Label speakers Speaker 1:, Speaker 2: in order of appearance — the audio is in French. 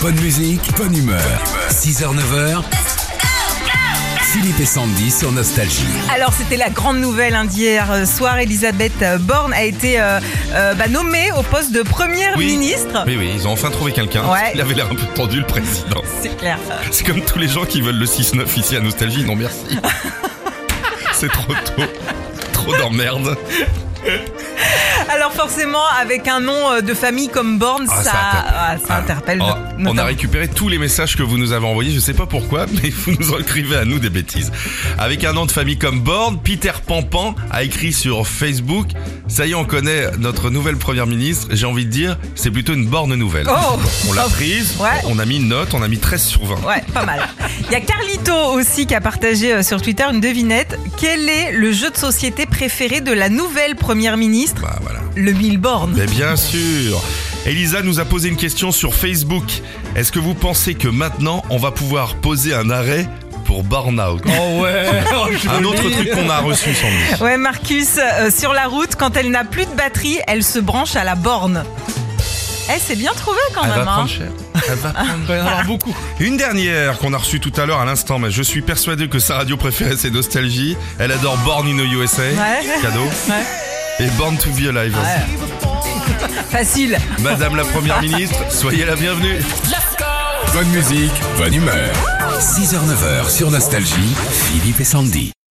Speaker 1: Bonne musique, bonne humeur. 6h-9h, Philippe et Sandy sur Nostalgie.
Speaker 2: Alors c'était la grande nouvelle hein, d'hier euh, soir. Elisabeth Borne a été euh, euh, bah, nommée au poste de première
Speaker 3: Oui.
Speaker 2: ministre.
Speaker 3: Oui, oui, ils ont enfin trouvé quelqu'un.
Speaker 2: Ouais.
Speaker 3: Il avait l'air un peu tendu, le président.
Speaker 2: C'est clair.
Speaker 3: C'est comme tous les gens qui veulent le 6-9 ici à Nostalgie. Non, merci. C'est trop tôt. Trop d'emmerde.
Speaker 2: Alors forcément avec un nom euh, de famille comme Borne,
Speaker 3: Ah,
Speaker 2: ça,
Speaker 3: ça interpelle.
Speaker 2: ah, ça
Speaker 3: Ah,
Speaker 2: interpelle.
Speaker 3: ah,
Speaker 2: no-
Speaker 3: on
Speaker 2: notamment.
Speaker 3: a récupéré tous les messages que vous nous avez envoyés. Je sais pas pourquoi, mais vous nous écrivez à nous des bêtises. Avec un nom de famille comme Borne, Peter Pampan a écrit sur Facebook. Ça y est, on connaît notre nouvelle première ministre. J'ai envie de dire, c'est plutôt une borne nouvelle.
Speaker 2: Oh.
Speaker 3: on l'a prise.
Speaker 2: Ouais.
Speaker 3: On a mis une note. On a mis 13 sur 20.
Speaker 2: Ouais, pas mal. Il y a Carlito aussi qui a partagé euh, sur Twitter une devinette. Quel est le jeu de société préféré de la nouvelle première ministre
Speaker 3: Bah voilà.
Speaker 2: Le mille bornes.
Speaker 3: Mais bien sûr Elisa nous a posé une question sur Facebook. Est-ce que vous pensez que maintenant on va pouvoir poser un arrêt pour burn-out
Speaker 4: Oh ouais
Speaker 3: Un autre truc qu'on a reçu sans doute.
Speaker 2: Ouais, Marcus, euh, sur la route, quand elle n'a plus de batterie, elle se branche à la borne. Eh, c'est bien trouvé quand
Speaker 3: Elle
Speaker 2: même.
Speaker 3: va
Speaker 2: hein.
Speaker 3: prendre cher. Elle va prendre
Speaker 4: Il va y en avoir Ah. beaucoup.
Speaker 3: Une dernière qu'on a reçue tout à l'heure à l'instant, mais je suis persuadé que sa radio préférée c'est Nostalgie. Elle adore Born in the USA,
Speaker 2: Ouais.
Speaker 3: cadeau,
Speaker 2: Ouais.
Speaker 3: et Born to be Alive.
Speaker 2: Facile.
Speaker 3: Madame la Première Ministre, soyez la bienvenue.
Speaker 1: Bonne musique, bonne humeur. 6h-9h sur Nostalgie, Philippe et Sandy.